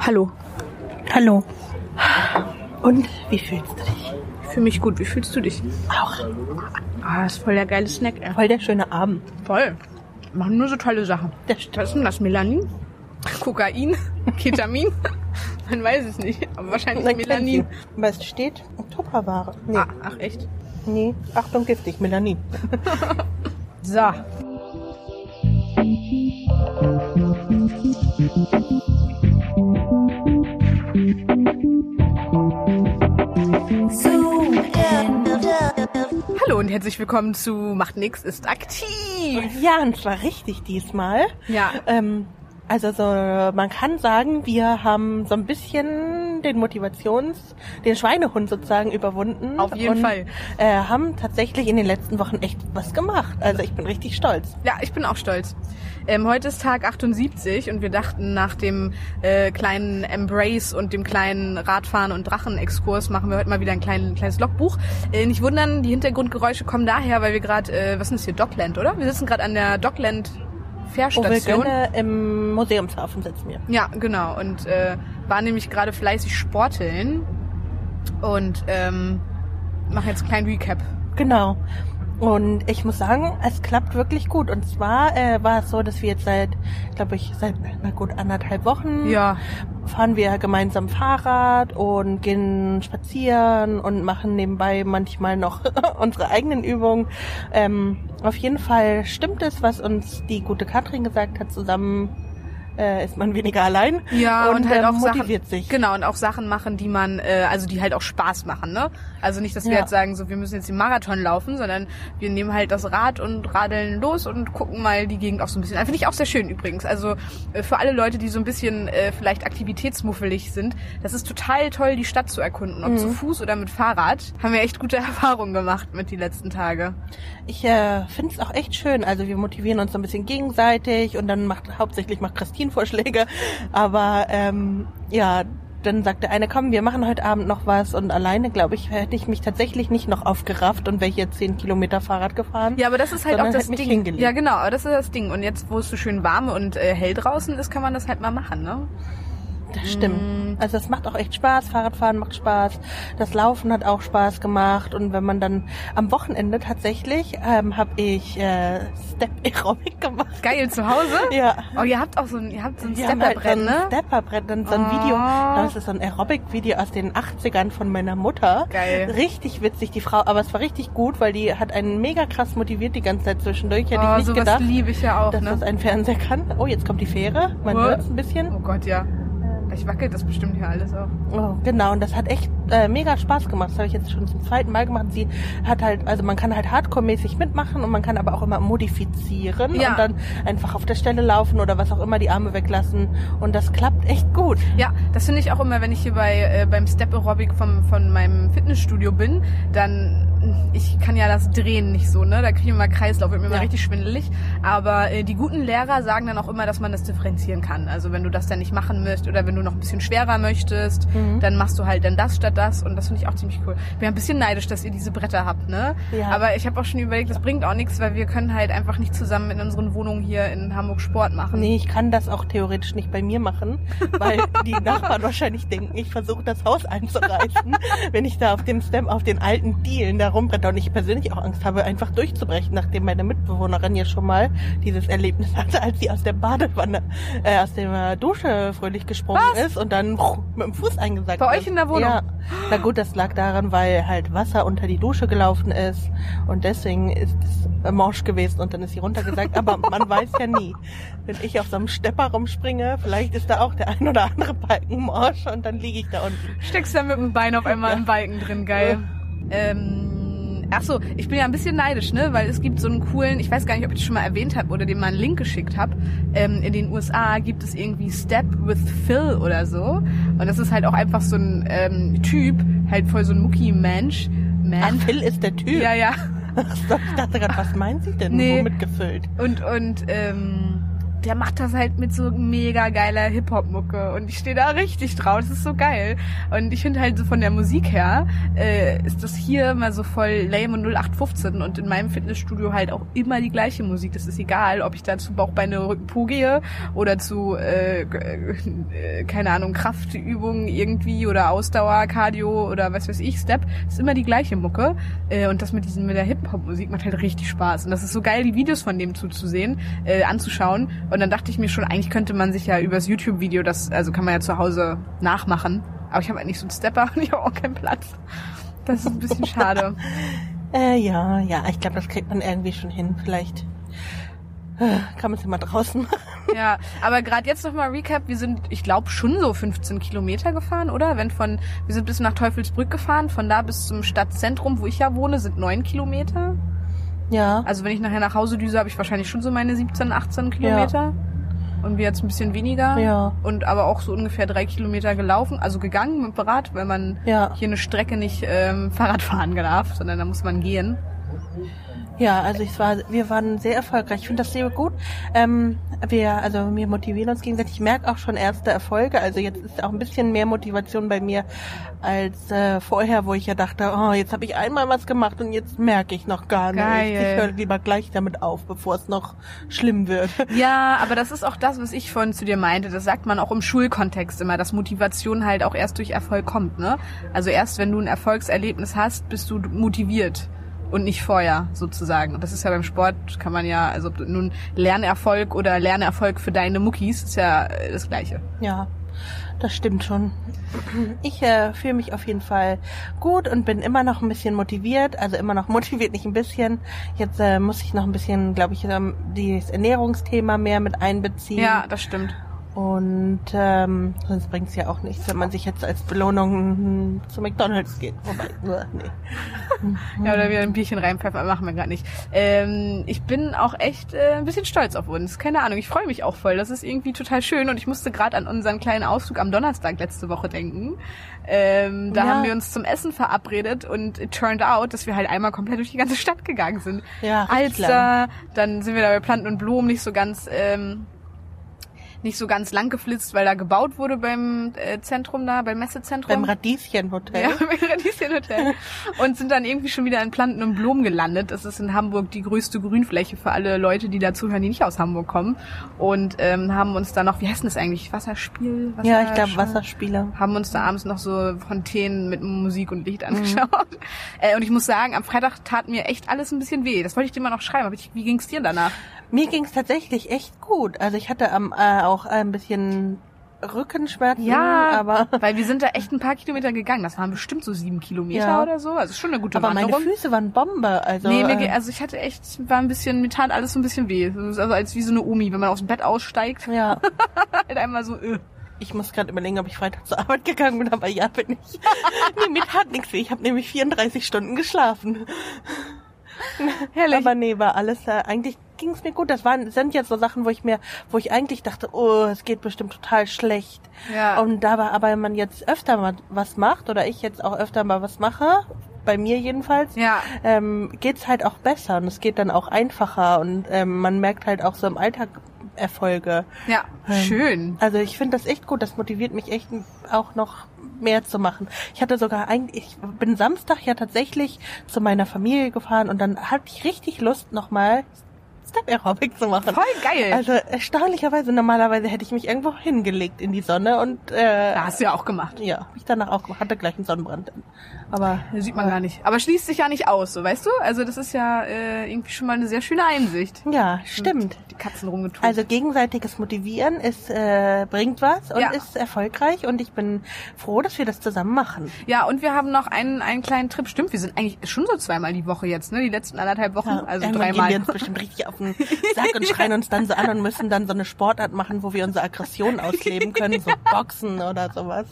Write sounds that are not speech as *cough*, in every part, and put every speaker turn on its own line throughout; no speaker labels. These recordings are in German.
Hallo.
Hallo. Und wie fühlst du dich?
Ich fühle mich gut. Wie fühlst du dich?
Auch.
Ah, ist voll der geile Snack, ey.
Voll der schöne Abend.
Voll. Machen nur so tolle Sachen.
Das stimmt.
Was ist denn das? Melanin?
*laughs*
Kokain? Ketamin? Man weiß es nicht. Aber wahrscheinlich
Man kennt
Melanin.
sie. Aber es steht Tupperware. Nee,
Ah, ach, echt?
nee. Achtung, giftig, Melanin.
So. Hallo und herzlich willkommen zu Macht nix ist aktiv.
Ja, und zwar richtig diesmal.
Ja.
Ähm, also so, man kann sagen, wir haben so ein bisschen den Motivations, den Schweinehund sozusagen überwunden.
Auf jeden
und,
Fall.
Äh, haben tatsächlich in den letzten Wochen echt was gemacht. Also ich bin richtig stolz.
Ja, ich bin auch stolz. Ähm, heute ist Tag 78 und wir dachten, nach dem äh, kleinen Embrace und dem kleinen Radfahren- und Drachenexkurs machen wir heute mal wieder ein klein, kleines Logbuch. Äh, nicht wundern, die Hintergrundgeräusche kommen daher, weil wir gerade, äh, was ist das hier, Dockland, oder? Wir sitzen gerade an der Dockland
Wo wir
Fährstation.
gerne im Museumshafen sitzen wir.
Ja, genau. Und äh, war nämlich gerade fleißig sporteln und ähm, mache jetzt einen kleinen Recap.
Genau. Und ich muss sagen, es klappt wirklich gut. Und zwar äh, war es so, dass wir jetzt seit, glaube ich, seit na gut anderthalb Wochen
Ja,
fahren wir gemeinsam Fahrrad und gehen spazieren und machen nebenbei manchmal noch *laughs* unsere eigenen Übungen. Ähm, auf jeden Fall stimmt es, was uns die gute Katrin gesagt hat. Zusammen äh, ist man weniger allein.
Ja, und, halt
ähm,
auch
motiviert
Sachen,
sich.
Genau, und auch Sachen machen, die man, äh, also die halt auch Spaß machen, ne? Also nicht, dass wir
Ja.
jetzt sagen, so wir müssen jetzt den Marathon laufen, sondern wir nehmen halt das Rad und radeln los und gucken mal die Gegend auch so ein bisschen an. Finde ich auch sehr schön übrigens. Also äh, für alle Leute, die so ein bisschen äh, vielleicht aktivitätsmuffelig sind, das ist total toll, die Stadt zu erkunden. Ob
Mhm.
zu Fuß oder mit Fahrrad, haben wir echt gute *laughs* Erfahrungen gemacht mit die letzten Tage.
Ich äh, finde es auch echt schön. Also wir motivieren uns so ein bisschen gegenseitig und dann macht hauptsächlich macht Christine Vorschläge. Aber ähm, ja, dann sagt der eine, komm, wir machen heute Abend noch was. Und alleine, glaube ich, hätte ich mich tatsächlich nicht noch aufgerafft und wäre hier zehn Kilometer Fahrrad gefahren.
Ja, aber das ist halt
Sondern
auch das
hätte mich
Ding.
hingelegt.
Ja, genau, aber das ist das Ding. Und jetzt, wo es so schön warm und äh, hell draußen ist, kann man das halt mal machen, ne?
das stimmt. Also es macht auch echt Spaß. Fahrradfahren macht Spaß. Das Laufen hat auch Spaß gemacht. Und wenn man dann am Wochenende tatsächlich ähm, habe ich äh, Step Aerobic gemacht. *laughs*
Geil, zu Hause?
Ja.
Oh, ihr habt auch so ein, ihr habt so ein
Wir haben halt
Stepperbrett,
so ein
ne?
Stepperbrett und so ein
Oh.
Video. Das ist so ein Aerobic-Video aus den 80ern von meiner Mutter.
Geil.
Richtig witzig, die Frau. Aber es war richtig gut, weil die hat einen mega krass motiviert die ganze Zeit zwischendurch. Hätte
oh,
ich nicht
sowas
gedacht,
liebe ich ja auch,
dass das
ne?
ein Fernseher kann. Oh, jetzt kommt die Fähre. Man
What?
hört ein bisschen.
Oh Gott, ja.
Ähm.
Ich wackelt das bestimmt hier alles auch.
Oh, genau, und das hat echt äh, mega Spaß gemacht. Das habe ich jetzt schon zum zweiten Mal gemacht. Sie hat halt, also man kann halt hardcore-mäßig mitmachen und man kann aber auch immer modifizieren
Ja.
und dann einfach auf der Stelle laufen oder was auch immer, die Arme weglassen. Und das klappt echt gut.
Ja, das finde ich auch immer, wenn ich hier bei, äh, beim Step Aerobic vom, von meinem Fitnessstudio bin, dann, hm, ich kann ja das Drehen nicht so, ne? Da kriege ich immer Kreislauf, wird mir immer
Ja.
richtig schwindelig. Aber äh, die guten Lehrer sagen dann auch immer, dass man das differenzieren kann. Also wenn du das dann nicht machen möchtest oder wenn du noch ein bisschen schwerer möchtest,
Mhm.
dann machst du halt dann das statt das und das finde ich auch ziemlich cool. Bin ja ein bisschen neidisch, dass ihr diese Bretter habt, ne?
Ja.
Aber ich habe auch schon überlegt, das bringt auch nichts, weil wir können halt einfach nicht zusammen in unseren Wohnungen hier in Hamburg Sport machen.
Nee, ich kann das auch theoretisch nicht bei mir machen, weil die Nachbarn wahrscheinlich denken, ich versuche das Haus einzureißen, wenn ich da auf dem Stem, auf den alten Dielen da rumbretter und ich persönlich auch Angst habe, einfach durchzubrechen, nachdem meine Mitbewohnerin ja schon mal dieses Erlebnis hatte, als sie aus der Badewanne, äh, aus der Dusche fröhlich gesprungen ist und dann puh, mit dem Fuß eingesackt
Bei
ist.
euch in der Wohnung?
Ja. Na gut, das lag daran, weil halt Wasser unter die Dusche gelaufen ist und deswegen ist es morsch gewesen und dann ist sie runtergesagt.
*laughs*
Aber man weiß ja nie. Wenn ich auf so einem Stepper rumspringe, vielleicht ist da auch der ein oder andere Balken morsch und dann liege ich da unten.
Steckst dann mit dem Bein auf einmal im Balken drin, geil. Ähm, ach so, ich bin ja ein bisschen neidisch, ne? Weil es gibt so einen coolen, ich weiß gar nicht, ob ich das schon mal erwähnt habe oder dem mal einen Link geschickt habe. Ähm, in den USA gibt es irgendwie Step with Phil oder so. Und das ist halt auch einfach so ein ähm, Typ, halt voll so ein Mucki-Mensch.
Ach,
Man.
Phil ist der Typ.
Ja, ja.
Ach so, ich dachte gerade, was meint sie denn?
Nee.
Womit gefüllt?
Und, und ähm, der macht das halt mit so mega geiler Hip-Hop-Mucke und ich stehe da richtig drauf. Das ist so geil. Und ich finde halt so von der Musik her äh, ist das hier mal so voll lame und 0815 und in meinem Fitnessstudio halt auch immer die gleiche Musik. Das ist egal, ob ich da zu Bauchbeine Rückenpo gehe oder zu, äh, äh, keine Ahnung, Kraftübungen irgendwie oder Ausdauer, Cardio oder was weiß ich, Step. ist immer die gleiche Mucke. Äh, und das mit diesem, mit der Hip-Hop-Musik macht halt richtig Spaß. Und das ist so geil, die Videos von dem zuzusehen, äh, anzuschauen. Und dann dachte ich mir schon, eigentlich könnte man sich ja übers YouTube-Video das, also kann man ja zu Hause nachmachen. Aber ich habe halt nicht so einen Stepper *laughs* und ich habe auch keinen Platz. Das ist ein bisschen schade.
Äh, ja, ja, ich glaube, das kriegt man irgendwie schon hin. Vielleicht äh, kann man es ja mal draußen *laughs* machen.
Ja, aber gerade jetzt nochmal Recap, wir sind, ich glaube, schon so 15 Kilometer gefahren, oder? Wenn von, wir sind bis nach Teufelsbrück gefahren, von da bis zum Stadtzentrum, wo ich ja wohne, sind neun Kilometer.
Ja.
Also wenn ich nachher nach Hause düse, habe ich wahrscheinlich schon so meine 17, 18 Kilometer. Und wir jetzt ein bisschen weniger.
Ja.
Und aber auch so ungefähr drei Kilometer gelaufen, also gegangen mit dem Rad, weil man
Ja.
hier eine Strecke nicht ähm, Fahrrad fahren darf, sondern da muss man gehen.
Ja, also ich war, wir waren sehr erfolgreich. Ich finde das sehr gut. Ähm, wir, also wir motivieren uns gegenseitig. Ich merke auch schon erste Erfolge. Also jetzt ist auch ein bisschen mehr Motivation bei mir als äh, vorher, wo ich ja dachte, oh, jetzt habe ich einmal was gemacht und jetzt merke ich noch gar nichts.
Geil.
Ich höre lieber gleich damit auf, bevor es noch schlimm wird.
Ja, aber das ist auch das, was ich vorhin zu dir meinte. Das sagt man auch im Schulkontext immer, dass Motivation halt auch erst durch Erfolg kommt, ne? Also erst wenn du ein Erfolgserlebnis hast, bist du motiviert und nicht vorher sozusagen. Und das ist ja beim Sport kann man ja, also ob du nun Lernerfolg oder Lernerfolg für deine Muckis ist ja äh, das gleiche.
Ja, das stimmt schon. Ich äh, fühle mich auf jeden Fall gut und bin immer noch ein bisschen motiviert, also immer noch *laughs* motiviert, nicht ein bisschen. Jetzt äh, muss ich noch ein bisschen, glaube ich, ähm, dieses Ernährungsthema mehr mit einbeziehen.
Ja, das stimmt.
Und ähm, sonst bringt's ja auch nichts, wenn man sich jetzt als Belohnung hm, zu
*laughs*
McDonalds geht. Wobei, uah, nee.
Ja,
Mhm.
oder wieder ein Bierchen reinpfeffern, machen wir gerade nicht. Ähm, ich bin auch echt äh, ein bisschen stolz auf uns. Keine Ahnung, ich freue mich auch voll. Das ist irgendwie total schön und ich musste gerade an unseren kleinen Ausflug am Donnerstag letzte Woche denken. Ähm, da
Ja.
haben wir uns zum Essen verabredet und it turned out, dass wir halt einmal komplett durch die ganze Stadt gegangen sind.
Ja, richtig
Alster, dann sind wir da bei Planten und Blumen nicht so ganz... Ähm, nicht so ganz lang geflitzt, weil da gebaut wurde beim äh, Zentrum da, beim Messezentrum.
Beim Radieschenhotel.
äh, Ja, *laughs* beim Radieschenhotel. Und sind dann irgendwie schon wieder in Planten und Blumen gelandet. Das ist in Hamburg die größte Grünfläche für alle Leute, die dazuhören, die nicht aus Hamburg kommen. Und ähm, haben uns dann noch, wie heißt denn das eigentlich? Wasserspiel? Wasser
Ja, ich glaube Wasserspieler.
haben uns da abends noch so Fontänen mit Musik und
Mhm.
Licht angeschaut. Äh, und ich muss sagen, am Freitag tat mir echt alles ein bisschen weh. Das wollte ich dir mal noch schreiben. Aber ich, wie ging's dir danach?
Mir ging's tatsächlich echt gut. Also ich hatte am, äh, auch ein bisschen Rückenschmerzen, aber
weil wir sind da echt ein paar Kilometer gegangen. Das waren bestimmt so sieben Kilometer
Ja.
oder so. Also schon eine gute
Aber meine
Wanderung.
Füße waren Bombe. Also,
nee, mir,
äh,
ge- also ich hatte echt, war ein bisschen, mir tat alles so ein bisschen weh. Das ist Also als wie so eine Omi, wenn man aus dem Bett aussteigt, *laughs*
ja,
halt einmal so, äh.
ich muss gerade überlegen, ob ich Freitag zur Arbeit gegangen bin, aber ja, bin
*laughs*
ich. nee, mir tat nichts weh. Ich habe nämlich 34 Stunden geschlafen.
herrlich.
Aber nee, war alles, äh, eigentlich ging es mir gut. Das waren, sind jetzt so Sachen, wo ich mir, wo ich eigentlich dachte, oh, es geht bestimmt total schlecht.
ja.
Und da war aber man jetzt öfter mal was macht, oder ich jetzt auch öfter mal was mache, bei mir jedenfalls,
ja,
ähm, geht's halt auch besser und es geht dann auch einfacher und ähm, man merkt halt auch so im Alltag Erfolge.
ja,
Ähm,
schön.
Also ich finde das echt gut. Das motiviert mich echt auch noch mehr zu machen. Ich hatte sogar eigentlich, ich bin Samstag ja tatsächlich zu meiner Familie gefahren und dann hatte ich richtig Lust nochmal Step Aerobic zu machen.
Voll geil.
Also erstaunlicherweise, normalerweise hätte ich mich irgendwo hingelegt in die Sonne und äh,
da hast du ja auch gemacht.
ja, hab ich danach auch gemacht, hatte gleich einen Sonnenbrand. Aber
Das sieht man gar nicht. Aber schließt sich ja nicht aus, so weißt du? Also das ist ja äh, irgendwie schon mal eine sehr schöne Einsicht.
ja, stimmt.
Die Katzen rumgetun.
Also gegenseitiges Motivieren ist äh, bringt was und
Ja.
ist erfolgreich und ich bin froh, dass wir das zusammen machen.
Ja, und wir haben noch einen, einen kleinen Trip. Stimmt, wir sind eigentlich schon so zweimal die Woche jetzt, ne? Die letzten anderthalb Wochen,
Ja,
also
irgendwann gehen
dreimal.
wir uns bestimmt richtig auf den Sack und schreien uns dann so an und müssen dann so eine Sportart machen, wo wir unsere Aggression ausleben
*laughs*
können, so Boxen oder sowas.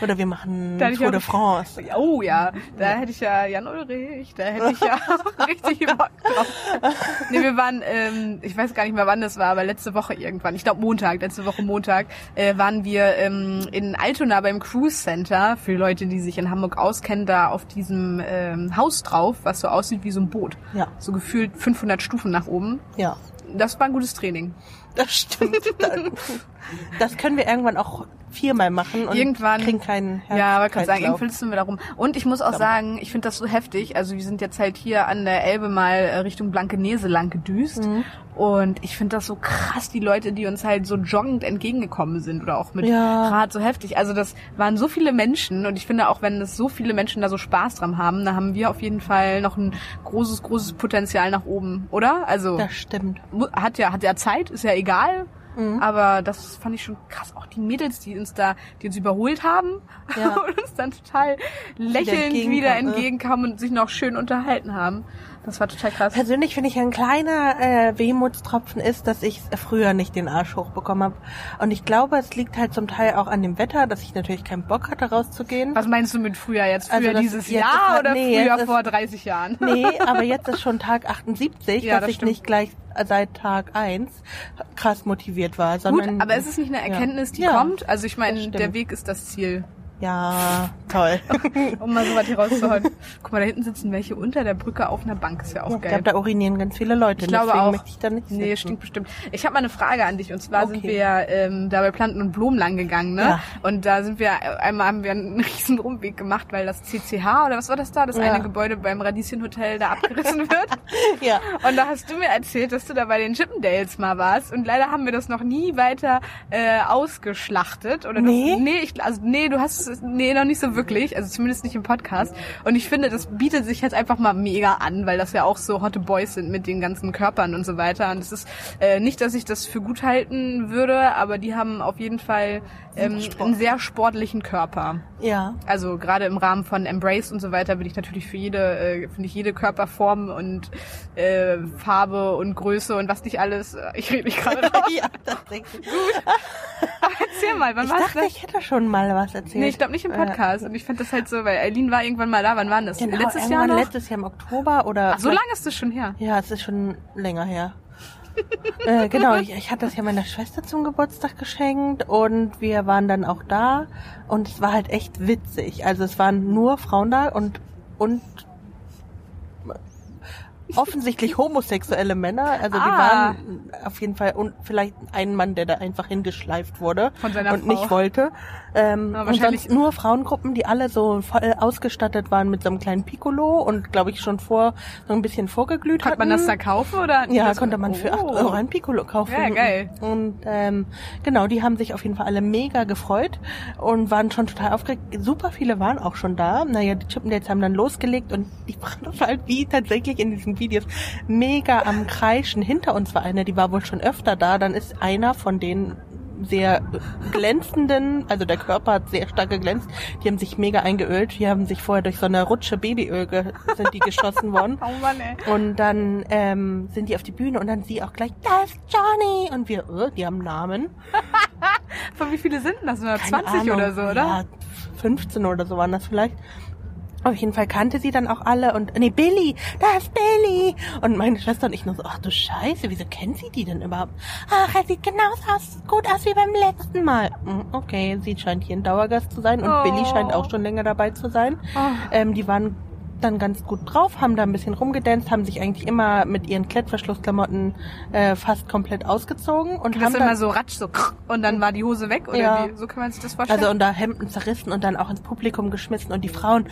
Oder wir machen
Dadurch
Tour de
hab ich-
France.
Oh ja, da hätte ich ja Jan Ulrich, da hätte ich ja auch richtig Bock drauf. Nee, wir waren, ähm, ich weiß gar nicht mehr wann das war, aber letzte Woche irgendwann, ich glaube Montag, letzte Woche Montag, äh, waren wir ähm, in Altona beim Cruise Center, für Leute, die sich in Hamburg auskennen, da auf diesem ähm, Haus drauf, was so aussieht wie so ein Boot.
Ja.
So gefühlt 500 Stufen nach oben.
Ja.
Das war ein gutes Training. *laughs*
Das stimmt. Dann- Das können wir irgendwann auch viermal machen und
Irgendwann-
kriegen keinen Herz
Ja, aber kann sagen,
Kreislauf.
irgendwie flitzen wir da rum. Und ich muss auch sagen, ich finde das so heftig. Also wir sind jetzt halt hier an der Elbe mal äh, Richtung Blankenese lang gedüst. Und ich finde das so krass, die Leute, die uns halt so joggend entgegengekommen sind oder auch mit
Ja.
Rad so heftig. Also das waren so viele Menschen und ich finde auch, wenn es so viele Menschen da so Spaß dran haben, da haben wir auf jeden Fall noch ein großes, großes Potenzial nach oben, oder? Also
Das stimmt.
mu- hat ja, hat ja Zeit, ist ja egal.
Mhm.
Aber das fand ich schon krass. Auch die Mädels, die uns da, die uns überholt haben
Ja.
*laughs* und uns dann total lächelnd
entgegenkam-
wieder
äh.
entgegenkamen und sich noch schön unterhalten haben. Das war total krass.
Persönlich finde ich ein kleiner äh, Wehmutstropfen ist, dass ich früher nicht den Arsch hochbekommen habe. Und ich glaube, es liegt halt zum Teil auch an dem Wetter, dass ich natürlich keinen Bock hatte, rauszugehen.
Was meinst du mit früher jetzt?
Also
Früher
das-
dieses
jetzt
Jahr
ist-
oder
nee, jetzt
früher
ist-
vor 30 Jahren?
*laughs* Nee, aber jetzt ist schon Tag 78,
Ja,
dass
das
ich
stimmt.
nicht gleich seit Tag 1 krass motiviert war,
*laughs* Gut,
sondern
aber es ist nicht eine Erkenntnis, die
Ja.
kommt. Also ich
das
meine,
stimmt.
der Weg ist das Ziel,
Ja, toll.
um mal so was hier
*laughs*
rauszuholen. Guck mal, da hinten sitzen welche unter der Brücke auf einer Bank. Ist ja *laughs* auch
ich
geil.
glaube, da urinieren ganz viele Leute.
Ich glaube
deswegen
auch.
möchte ich da nicht
Nee,
sitzen.
stinkt bestimmt. Ich habe mal eine Frage an dich. Und zwar sind
Okay.
wir ähm, da bei Planten und Blumen lang gegangen, ne?
Ja.
Und da sind wir, äh, einmal haben wir einen *laughs* riesen Umweg gemacht, weil das CCH oder was war das da? Das
Ja.
eine Gebäude beim Radieschenhotel da
*laughs*
abgerissen wird.
*laughs* Ja.
Und da hast du mir erzählt, dass du da bei den Chippendales mal warst. Und leider haben wir das noch nie weiter äh, ausgeschlachtet. Oder
Nee?
Das, nee, ich, also, nee, du hast es nee, noch nicht so wirklich. Also zumindest nicht im Podcast. Und ich finde, das bietet sich jetzt einfach mal mega an, weil das ja auch so hotte Boys sind mit den ganzen Körpern und so weiter. Und es ist äh, nicht, dass ich das für gut halten würde, aber die haben auf jeden Fall ähm,
Sport.
einen sehr sportlichen Körper. *laughs*
Ja.
Also gerade im Rahmen von Embrace und so weiter bin ich natürlich für jede, äh, finde ich jede Körperform und äh, Farbe und Größe und was nicht alles. äh, Ich rede nicht
*laughs*
gerade drauf.
ja, das denke ich.
Aber Erzähl mal, wann
Ich
warst du
dachte,
da?
ich hätte schon mal was erzählt.
Nee, ich glaube nicht im Podcast. Und ich fand das halt so, weil Eileen war irgendwann mal da. Wann war das?
Genau,
Letztes Jahr
irgendwann
noch?
Letztes Jahr im Oktober oder.
Ach, so lange ist es schon her.
Ja, es ist schon länger her. äh, genau, ich, ich hatte das ja meiner Schwester zum Geburtstag geschenkt und wir waren dann auch da und es war halt echt witzig. Also es waren nur Frauen da und und offensichtlich homosexuelle Männer. Also die
Ah.
waren auf jeden Fall und vielleicht ein Mann, der da einfach hingeschleift wurde
Von seiner
und
Frau.
nicht wollte. Ähm,
Ja,
und
wahrscheinlich-
sonst nur Frauengruppen, die alle so voll ausgestattet waren mit so einem kleinen Piccolo und glaube ich schon vor so ein bisschen vorgeglüht
Konnte man das
hatten.
da kaufen oder? hatten die
Ja,
das
konnte man für 8
Oh.
Euro ein Piccolo kaufen.
Ja, geil.
Und ähm, genau, die haben sich auf jeden Fall alle mega gefreut und waren schon total aufgeregt. Super viele waren auch schon da. Naja, die Chippendales haben dann losgelegt und die waren *laughs* auf halt wie tatsächlich in diesen Videos mega am Kreischen. Hinter uns war eine, die war wohl schon öfter da. Dann ist einer von denen sehr glänzenden, also der Körper hat sehr stark geglänzt. Die haben sich mega eingeölt. Die haben sich vorher durch so eine Rutsche Babyöl ge sind die
*laughs*
geschossen worden.
Oh Mann, ey.
Und dann ähm, sind die auf die Bühne und dann sie auch gleich, da ist Johnny. Und wir, äh, die haben einen Namen.
Von wie viele sind denn das? Nur
Keine
20
Ahnung.
oder so, oder?
Ja, 15 oder so waren das vielleicht. Auf jeden Fall kannte sie dann auch alle und, nee, Billy, da ist Billy. Und meine Schwester und ich nur so, ach du Scheiße, wieso kennt sie die denn überhaupt? Ach, er sieht genauso aus, gut aus wie beim letzten Mal. Hm, Okay, sie scheint hier ein Dauergast zu sein und
Oh.
Billy scheint auch schon länger dabei zu sein.
Oh,
Ähm, die waren dann ganz gut drauf, haben da ein bisschen rumgedanzt, haben sich eigentlich immer mit ihren Klettverschlussklamotten äh, fast komplett ausgezogen und
das
haben
immer
dann,
so ratsch, so krr, und dann war die Hose weg oder
Ja.
wie? So kann man sich das vorstellen.
also unter Hemden zerrissen und dann auch ins Publikum geschmissen und die Frauen,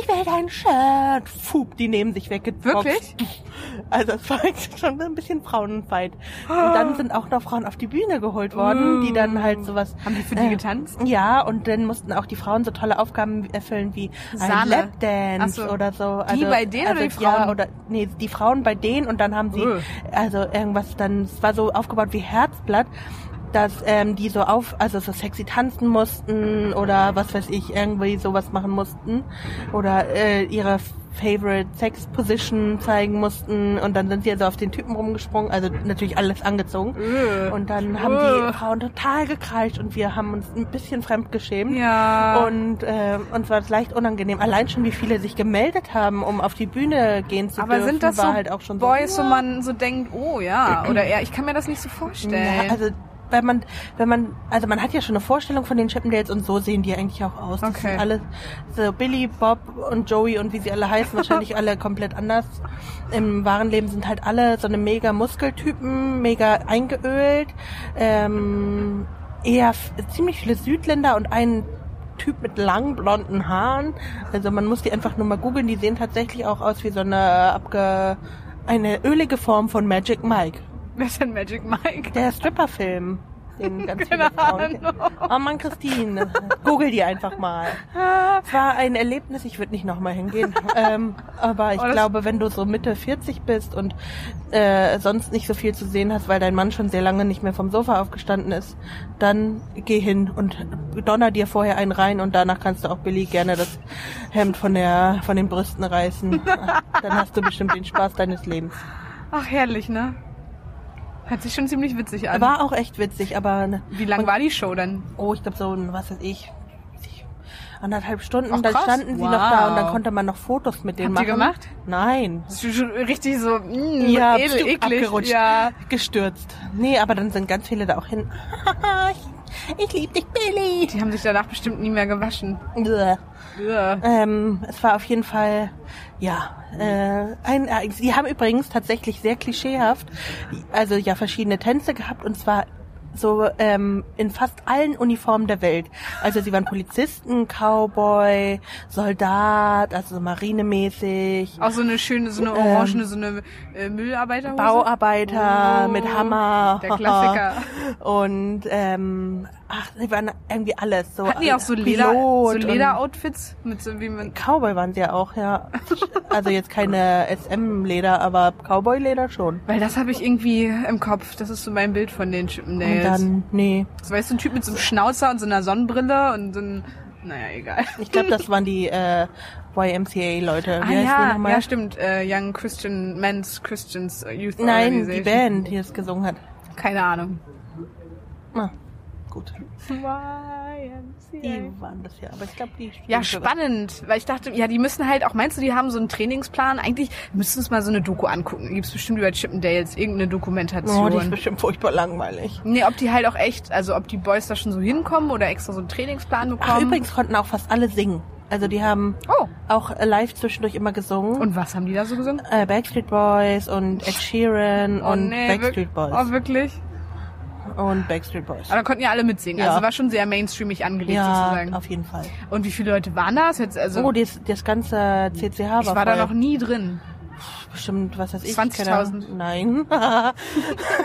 ich will dein Shirt, fup, die nehmen sich weggebockt.
Wirklich?
Also es war eigentlich schon ein bisschen Frauenfight. Und
Ah.
dann sind auch noch Frauen auf die Bühne geholt worden, die dann halt sowas
Mm. Haben die für die
Äh,
getanzt?
Ja, und dann mussten auch die Frauen so tolle Aufgaben erfüllen wie ein
Sahne.
Lapdance
Ach so.
oder so. Also,
Die bei denen oder die Frauen?
Ja, oder, nee, die Frauen bei denen und dann haben sie
Äh.
also irgendwas dann, es war so aufgebaut wie Herzblatt, dass ähm, die so auf, also so sexy tanzen mussten oder was weiß ich, irgendwie sowas machen mussten oder äh, ihre favorite Sex Position zeigen mussten und dann sind sie also auf den Typen rumgesprungen, also natürlich alles angezogen.
Äh.
Und dann haben
Äh.
die Frauen total gekreischt und wir haben uns ein bisschen fremdgeschämt.
Ja.
Und äh, uns war es leicht unangenehm. Allein schon, wie viele sich gemeldet haben, um auf die Bühne gehen zu
aber
dürfen,
sind das
war
so
halt auch schon
Boys,
so.
wo man so denkt, oh ja, oder eher, ich kann mir das nicht so
Ja,
vorstellen.
also weil man, wenn man, also man hat ja schon eine Vorstellung von den Chippendales und so sehen die eigentlich auch aus. Das
Okay.
sind alle, so Billy, Bob und Joey und wie sie alle heißen, wahrscheinlich alle komplett anders. Im wahren Leben sind halt alle so eine mega Muskeltypen, mega eingeölt, ähm, eher f- ziemlich viele Südländer und ein Typ mit langen blonden Haaren. Also man muss die einfach nur mal googeln. Die sehen tatsächlich auch aus wie so eine abge, eine ölige Form von Magic Mike.
*laughs* Wer ist denn Magic
*laughs*
Mike?
Der Stripper-Film.
*laughs*
Den ganz viele
Keine
Frauen.
Ahnung.
Oh Mann, Christine. Google die einfach mal. Es war ein Erlebnis, ich würde nicht nochmal hingehen. ähm, aber ich
Oh, das-
glaube, wenn du so Mitte 40 bist und äh, sonst nicht so viel zu sehen hast, weil dein Mann schon sehr lange nicht mehr vom Sofa aufgestanden ist, dann geh hin und donner dir vorher einen rein und danach kannst du auch Billy gerne das Hemd von, der, von den
*laughs*
Brüsten reißen. dann hast du bestimmt den Spaß deines Lebens.
Ach, herrlich, ne? Hört sich schon ziemlich witzig an.
War auch echt witzig, aber
Wie lang war die Show dann?
oh, ich glaube so, ein, was weiß ich, anderthalb Stunden.
Ach,
dann
krass.
standen sie noch da und dann
Wow.
konnte man noch Fotos mit denen
Habt ihr
machen.
gemacht?
Nein.
Das ist schon richtig so, mh,
Ja,
edel,
bist du
eklig.
abgerutscht.
Ja.
Gestürzt. Nee, aber dann sind ganz viele da auch hin. *laughs* ich, ich liebe dich, Billy.
Die haben sich danach bestimmt nie mehr gewaschen.
Bäh.
Uah.
Ähm, es war auf jeden Fall, ja, äh, ein Ereignis. Sie haben übrigens tatsächlich sehr klischeehaft, also ja, verschiedene Tänze gehabt und zwar so ähm, in fast allen Uniformen der Welt. Also sie waren Polizisten, Cowboy, Soldat, also marinemäßig,
Auch so eine schöne, so eine
Ähm,
orangene, so eine äh, Müllarbeiterhose.
Bauarbeiter
Oh,
mit Hammer.
Der Klassiker.
*laughs* Und ähm, ach, sie waren irgendwie alles so. äh,
Hatten die auch so Leder, so
Pilot und-
Lederoutfits mit so wie man.
Cowboy waren sie ja auch, ja. Also jetzt keine SM-Leder, aber Cowboy-Leder schon.
Weil das habe ich irgendwie im Kopf. Das ist so mein Bild von den
Und
Chippendales.
dann, nee.
so, weißt du, ein Typ mit so einem Schnauzer und so einer Sonnenbrille und so ein. Naja, egal.
Ich glaube, das waren die äh, YMCA-Leute.
Ah
Wie heißt die
ja,
nochmal?
ja stimmt. Äh, Young Christian Men's Christians äh, Youth
Nein, die
Organization.
Band, die es gesungen hat.
Keine Ahnung.
Ah, gut. Die
YMCA.
waren das ja, aber ich glaube, die
Ja,
spielen sowas.
spannend, weil ich dachte, ja, die müssen halt auch, meinst du, die haben so einen Trainingsplan? Eigentlich müssten wir uns mal so eine Doku angucken. Gibt's bestimmt über Chippendales irgendeine
Oh, die ist
Dokumentation.
bestimmt furchtbar langweilig.
nee, ob die halt auch echt, also ob die Boys da schon so hinkommen oder extra so einen Trainingsplan bekommen.
Ach, Ah, übrigens konnten auch fast alle singen. Also die haben
Oh,
auch live zwischendurch immer gesungen.
und was haben die da so gesungen?
äh, Backstreet Boys und Ed Sheeran
oh,
und
nee,
Backstreet
wirk-
Boys.
Oh, wirklich? Oh,
Und Backstreet Boys.
Aber da konnten ja alle mitsingen.
Ja.
Also war schon sehr mainstreamig angelegt
Ja,
sozusagen.
auf jeden Fall.
Und wie viele Leute waren das jetzt? Also,
oh, das, das ganze CCH war,
ich war da
voll.
noch nie drin.
bestimmt, was weiß ich.
20.000.
keine- Nein. *laughs*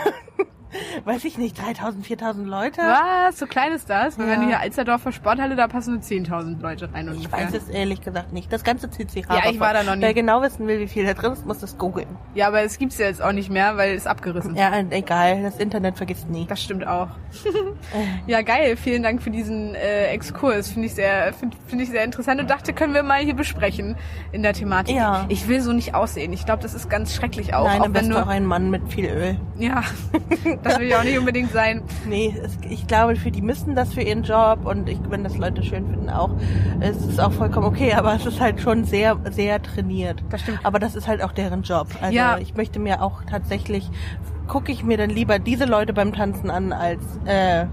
weiß ich nicht, 3000, 4000 Leute?
Was? So klein ist das? Weil
Ja.
wenn du hier Alsterdorfer Sporthalle, da passen nur 10.000 Leute rein
Ich
ungefähr.
weiß es ehrlich gesagt nicht. Das ganze CCH.
Ja, ich war
voll.
da noch nie.
Wer genau wissen will, wie viel da drin ist, muss das googeln.
Ja, aber es gibt's ja jetzt auch nicht mehr, weil es abgerissen ist.
Ja, und egal. Das Internet vergisst nie.
Das stimmt
*laughs*
auch. ja, geil. Vielen Dank für diesen äh, Exkurs. Finde ich sehr, finde find ich sehr interessant und dachte, können wir mal hier besprechen in der Thematik.
Ja.
Ich will so nicht aussehen. Ich glaube, das ist ganz schrecklich auch.
Nein,
auch
dann bist
wenn
du auch
du,
ein Mann mit viel Öl.
ja, *laughs* das will ich auch nicht unbedingt sein.
Nee, es, ich glaube, für die müssen das für ihren Job und ich, wenn das Leute schön finden, auch. Es ist auch vollkommen okay, aber es ist halt schon sehr, sehr trainiert.
Das stimmt.
Aber das ist halt auch deren Job. Also
Ja.
ich möchte mir auch tatsächlich, gucke ich mir dann lieber diese Leute beim Tanzen an, als äh,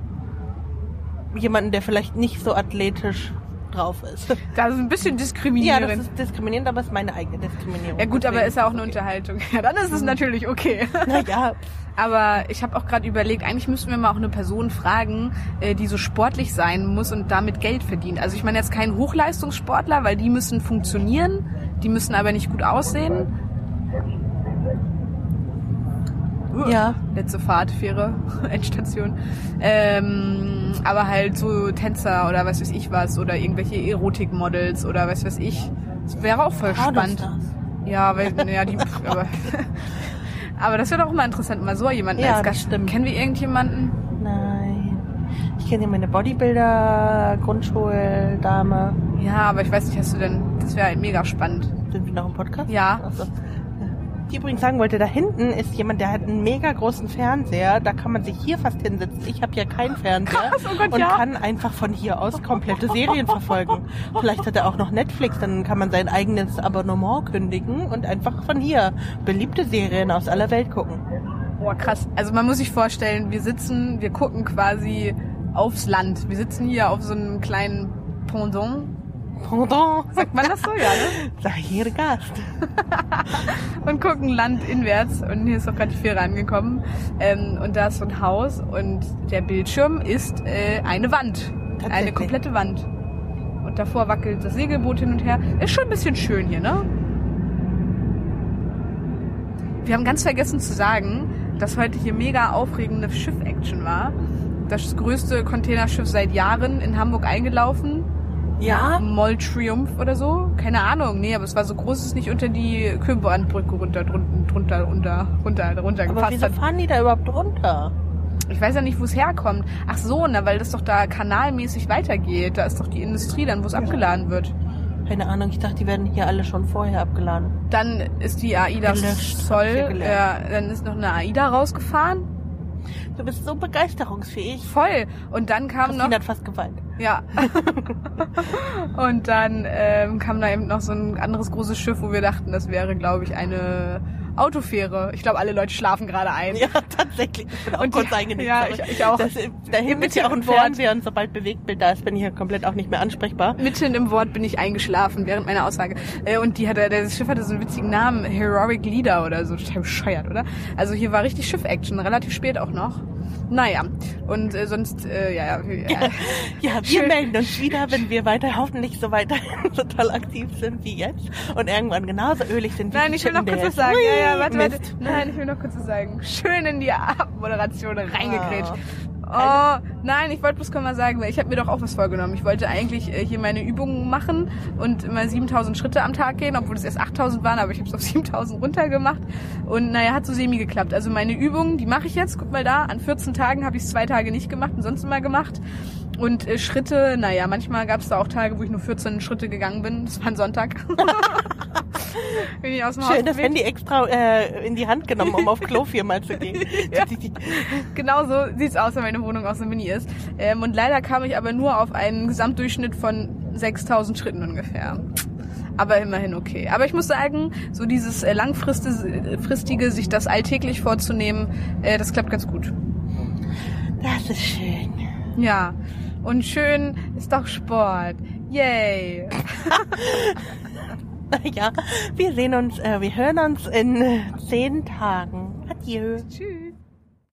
jemanden, der vielleicht nicht so athletisch drauf ist.
Das ist Also ein bisschen
Ja,
diskriminierend.
das ist diskriminierend, aber es ist meine eigene Diskriminierung.
ja gut, aber
Deswegen Mhm.
ist ja auch eine
okay.
Unterhaltung. *laughs* Ja, dann ist es natürlich okay. *laughs*
Naja,
Aber ich habe auch gerade überlegt, eigentlich müssten wir mal auch eine Person fragen, äh, die so sportlich sein muss und damit Geld verdient. Also ich meine jetzt keinen Hochleistungssportler, weil die müssen funktionieren, die müssen aber nicht gut aussehen.
ja.
Letzte Fahrt, Fähre, *laughs* Endstation. Ähm, aber halt so Tänzer oder was weiß ich was oder irgendwelche Erotikmodels oder was weiß ich. Das wäre auch voll spannend.
Pornostars.
Ja, weil, naja, die, aber, *laughs* aber das wäre doch auch mal interessant, mal so jemanden
Ja,
als
das
Gast.
stimmt.
Kennen wir irgendjemanden?
Nein. Ich kenne meine Bodybuilder-Grundschuldame.
Ja, aber ich weiß nicht, hast du denn. Das wäre halt mega spannend.
Sind wir noch im Podcast?
Ja.
Achso. Die übrigens sagen wollte, da hinten ist jemand, der hat einen mega großen Fernseher. Da kann man sich hier fast hinsetzen. Ich habe ja keinen Fernseher
Krass, oh Gott,
und
ja.
kann einfach von hier aus komplette Serien verfolgen. Vielleicht hat er auch noch Netflix, dann kann man sein eigenes Abonnement kündigen und einfach von hier beliebte Serien aus aller Welt gucken.
Boah, krass. Also man muss sich vorstellen, wir sitzen, wir gucken quasi aufs Land. Wir sitzen hier auf so einem kleinen Pendant.
Pendant.
Sagt man das so, ja, ne?
Sag hier Gast.
Und gucken landinwärts. Und hier ist auch gerade die Fähre angekommen. Ähm, und da ist so ein Haus und der Bildschirm ist äh, eine Wand. Eine
Tatsächlich.
komplette Wand. Und davor wackelt das Segelboot hin und her. Ist schon ein bisschen schön hier, ne? Wir haben ganz vergessen zu sagen, dass heute hier mega aufregende Schiff-Action war. Das größte Containerschiff seit Jahren in Hamburg eingelaufen.
Ja?
Moll Triumph oder so? Keine Ahnung. Nee, aber es war so groß, dass es nicht unter die Kühlbahnbrücke runter, drunten, drunter, runter, runter, runter
Aber
gepasst
wieso
hat.
fahren die da überhaupt runter?
Ich weiß ja nicht, wo es herkommt. Ach so, na, weil das doch da kanalmäßig weitergeht. Da ist doch die Industrie dann, wo es abgeladen wird.
Keine Ahnung, ich dachte, die werden hier alle schon vorher abgeladen.
Dann ist die AIDA
Gelöscht, hab ich hier
Zoll,
gelernt.
ja, dann ist noch eine AIDA rausgefahren.
Du bist so begeisterungsfähig.
Voll. Und dann kam noch
Christine hat
*laughs*
fast geweint.
Ja. und dann ähm, kam da eben noch so ein anderes großes Schiff, wo wir dachten, das wäre, glaube ich, eine Autofähre. Ich glaube, alle Leute schlafen gerade ein.
Ja, oh tatsächlich. Ich bin auch
Und die-
kurz eingenickt.
ja,
sorry.
ich- ich auch.
Das, äh, da hinten ist
Mitten
ja auch
im
ein
Wort.
Fernseher und sobald Bewegtbild da ist, bin ich hier komplett auch nicht mehr ansprechbar.
Mitten im Wort bin ich eingeschlafen während meiner Aussage. Äh, und die hatte, das Schiff hatte so einen witzigen Namen, Heroic Leader oder so. Total bescheuert, oder? Also hier war richtig Schiff-Action, relativ spät auch noch. Naja, und äh, sonst, äh, ja, ja, *laughs*
*laughs*
ja.
Ja, wir
Schön.
melden uns wieder, wenn wir weiter hoffentlich so weiter *laughs* so toll aktiv sind wie jetzt und irgendwann genauso ölig sind wie
Nein,
die
ich will noch kurz
Chippendales.
was sagen. Ja, ja,
Ui,
warte,
Mist.
warte. Nein, ich will noch kurz was sagen. Schön in die Abmoderation
Ah.
reingekrätscht. Oh,
Keine-
nein, ich wollte bloß mal sagen, weil ich habe mir doch auch was vorgenommen. Ich wollte eigentlich äh, hier meine Übungen machen und immer 7000 Schritte am Tag gehen, obwohl es erst 8000 waren, aber ich habe es auf *laughs* 7000 runtergemacht. Und naja, hat so semi geklappt. Also meine Übungen, die mache ich jetzt. Guck mal da, an 14 Tagen habe ich es zwei Tage nicht gemacht und sonst immer gemacht. Und äh, Schritte, naja, manchmal gab es da auch Tage, wo ich nur 14 Schritte gegangen bin. Das war ein Sonntag. *laughs* bin ich aus dem Haus
Schön das Handy extra äh, in die Hand genommen, um
*laughs*
auf Klo viermal zu gehen.
Ja. Genau so sieht's aus, wenn meine Wohnung aus dem Mini ist. Ähm, und leider kam ich aber nur auf einen Gesamtdurchschnitt von 6000 Schritten ungefähr. Aber immerhin okay. Aber ich muss sagen, so dieses äh, langfristige, sich das alltäglich vorzunehmen, äh, das klappt ganz gut.
*laughs* Das ist schön.
Ja. Und schön ist doch Sport. Yay.
*laughs* Naja, wir sehen uns, äh, wir hören uns in äh, zehn Tagen. Adieu.
Tschüss.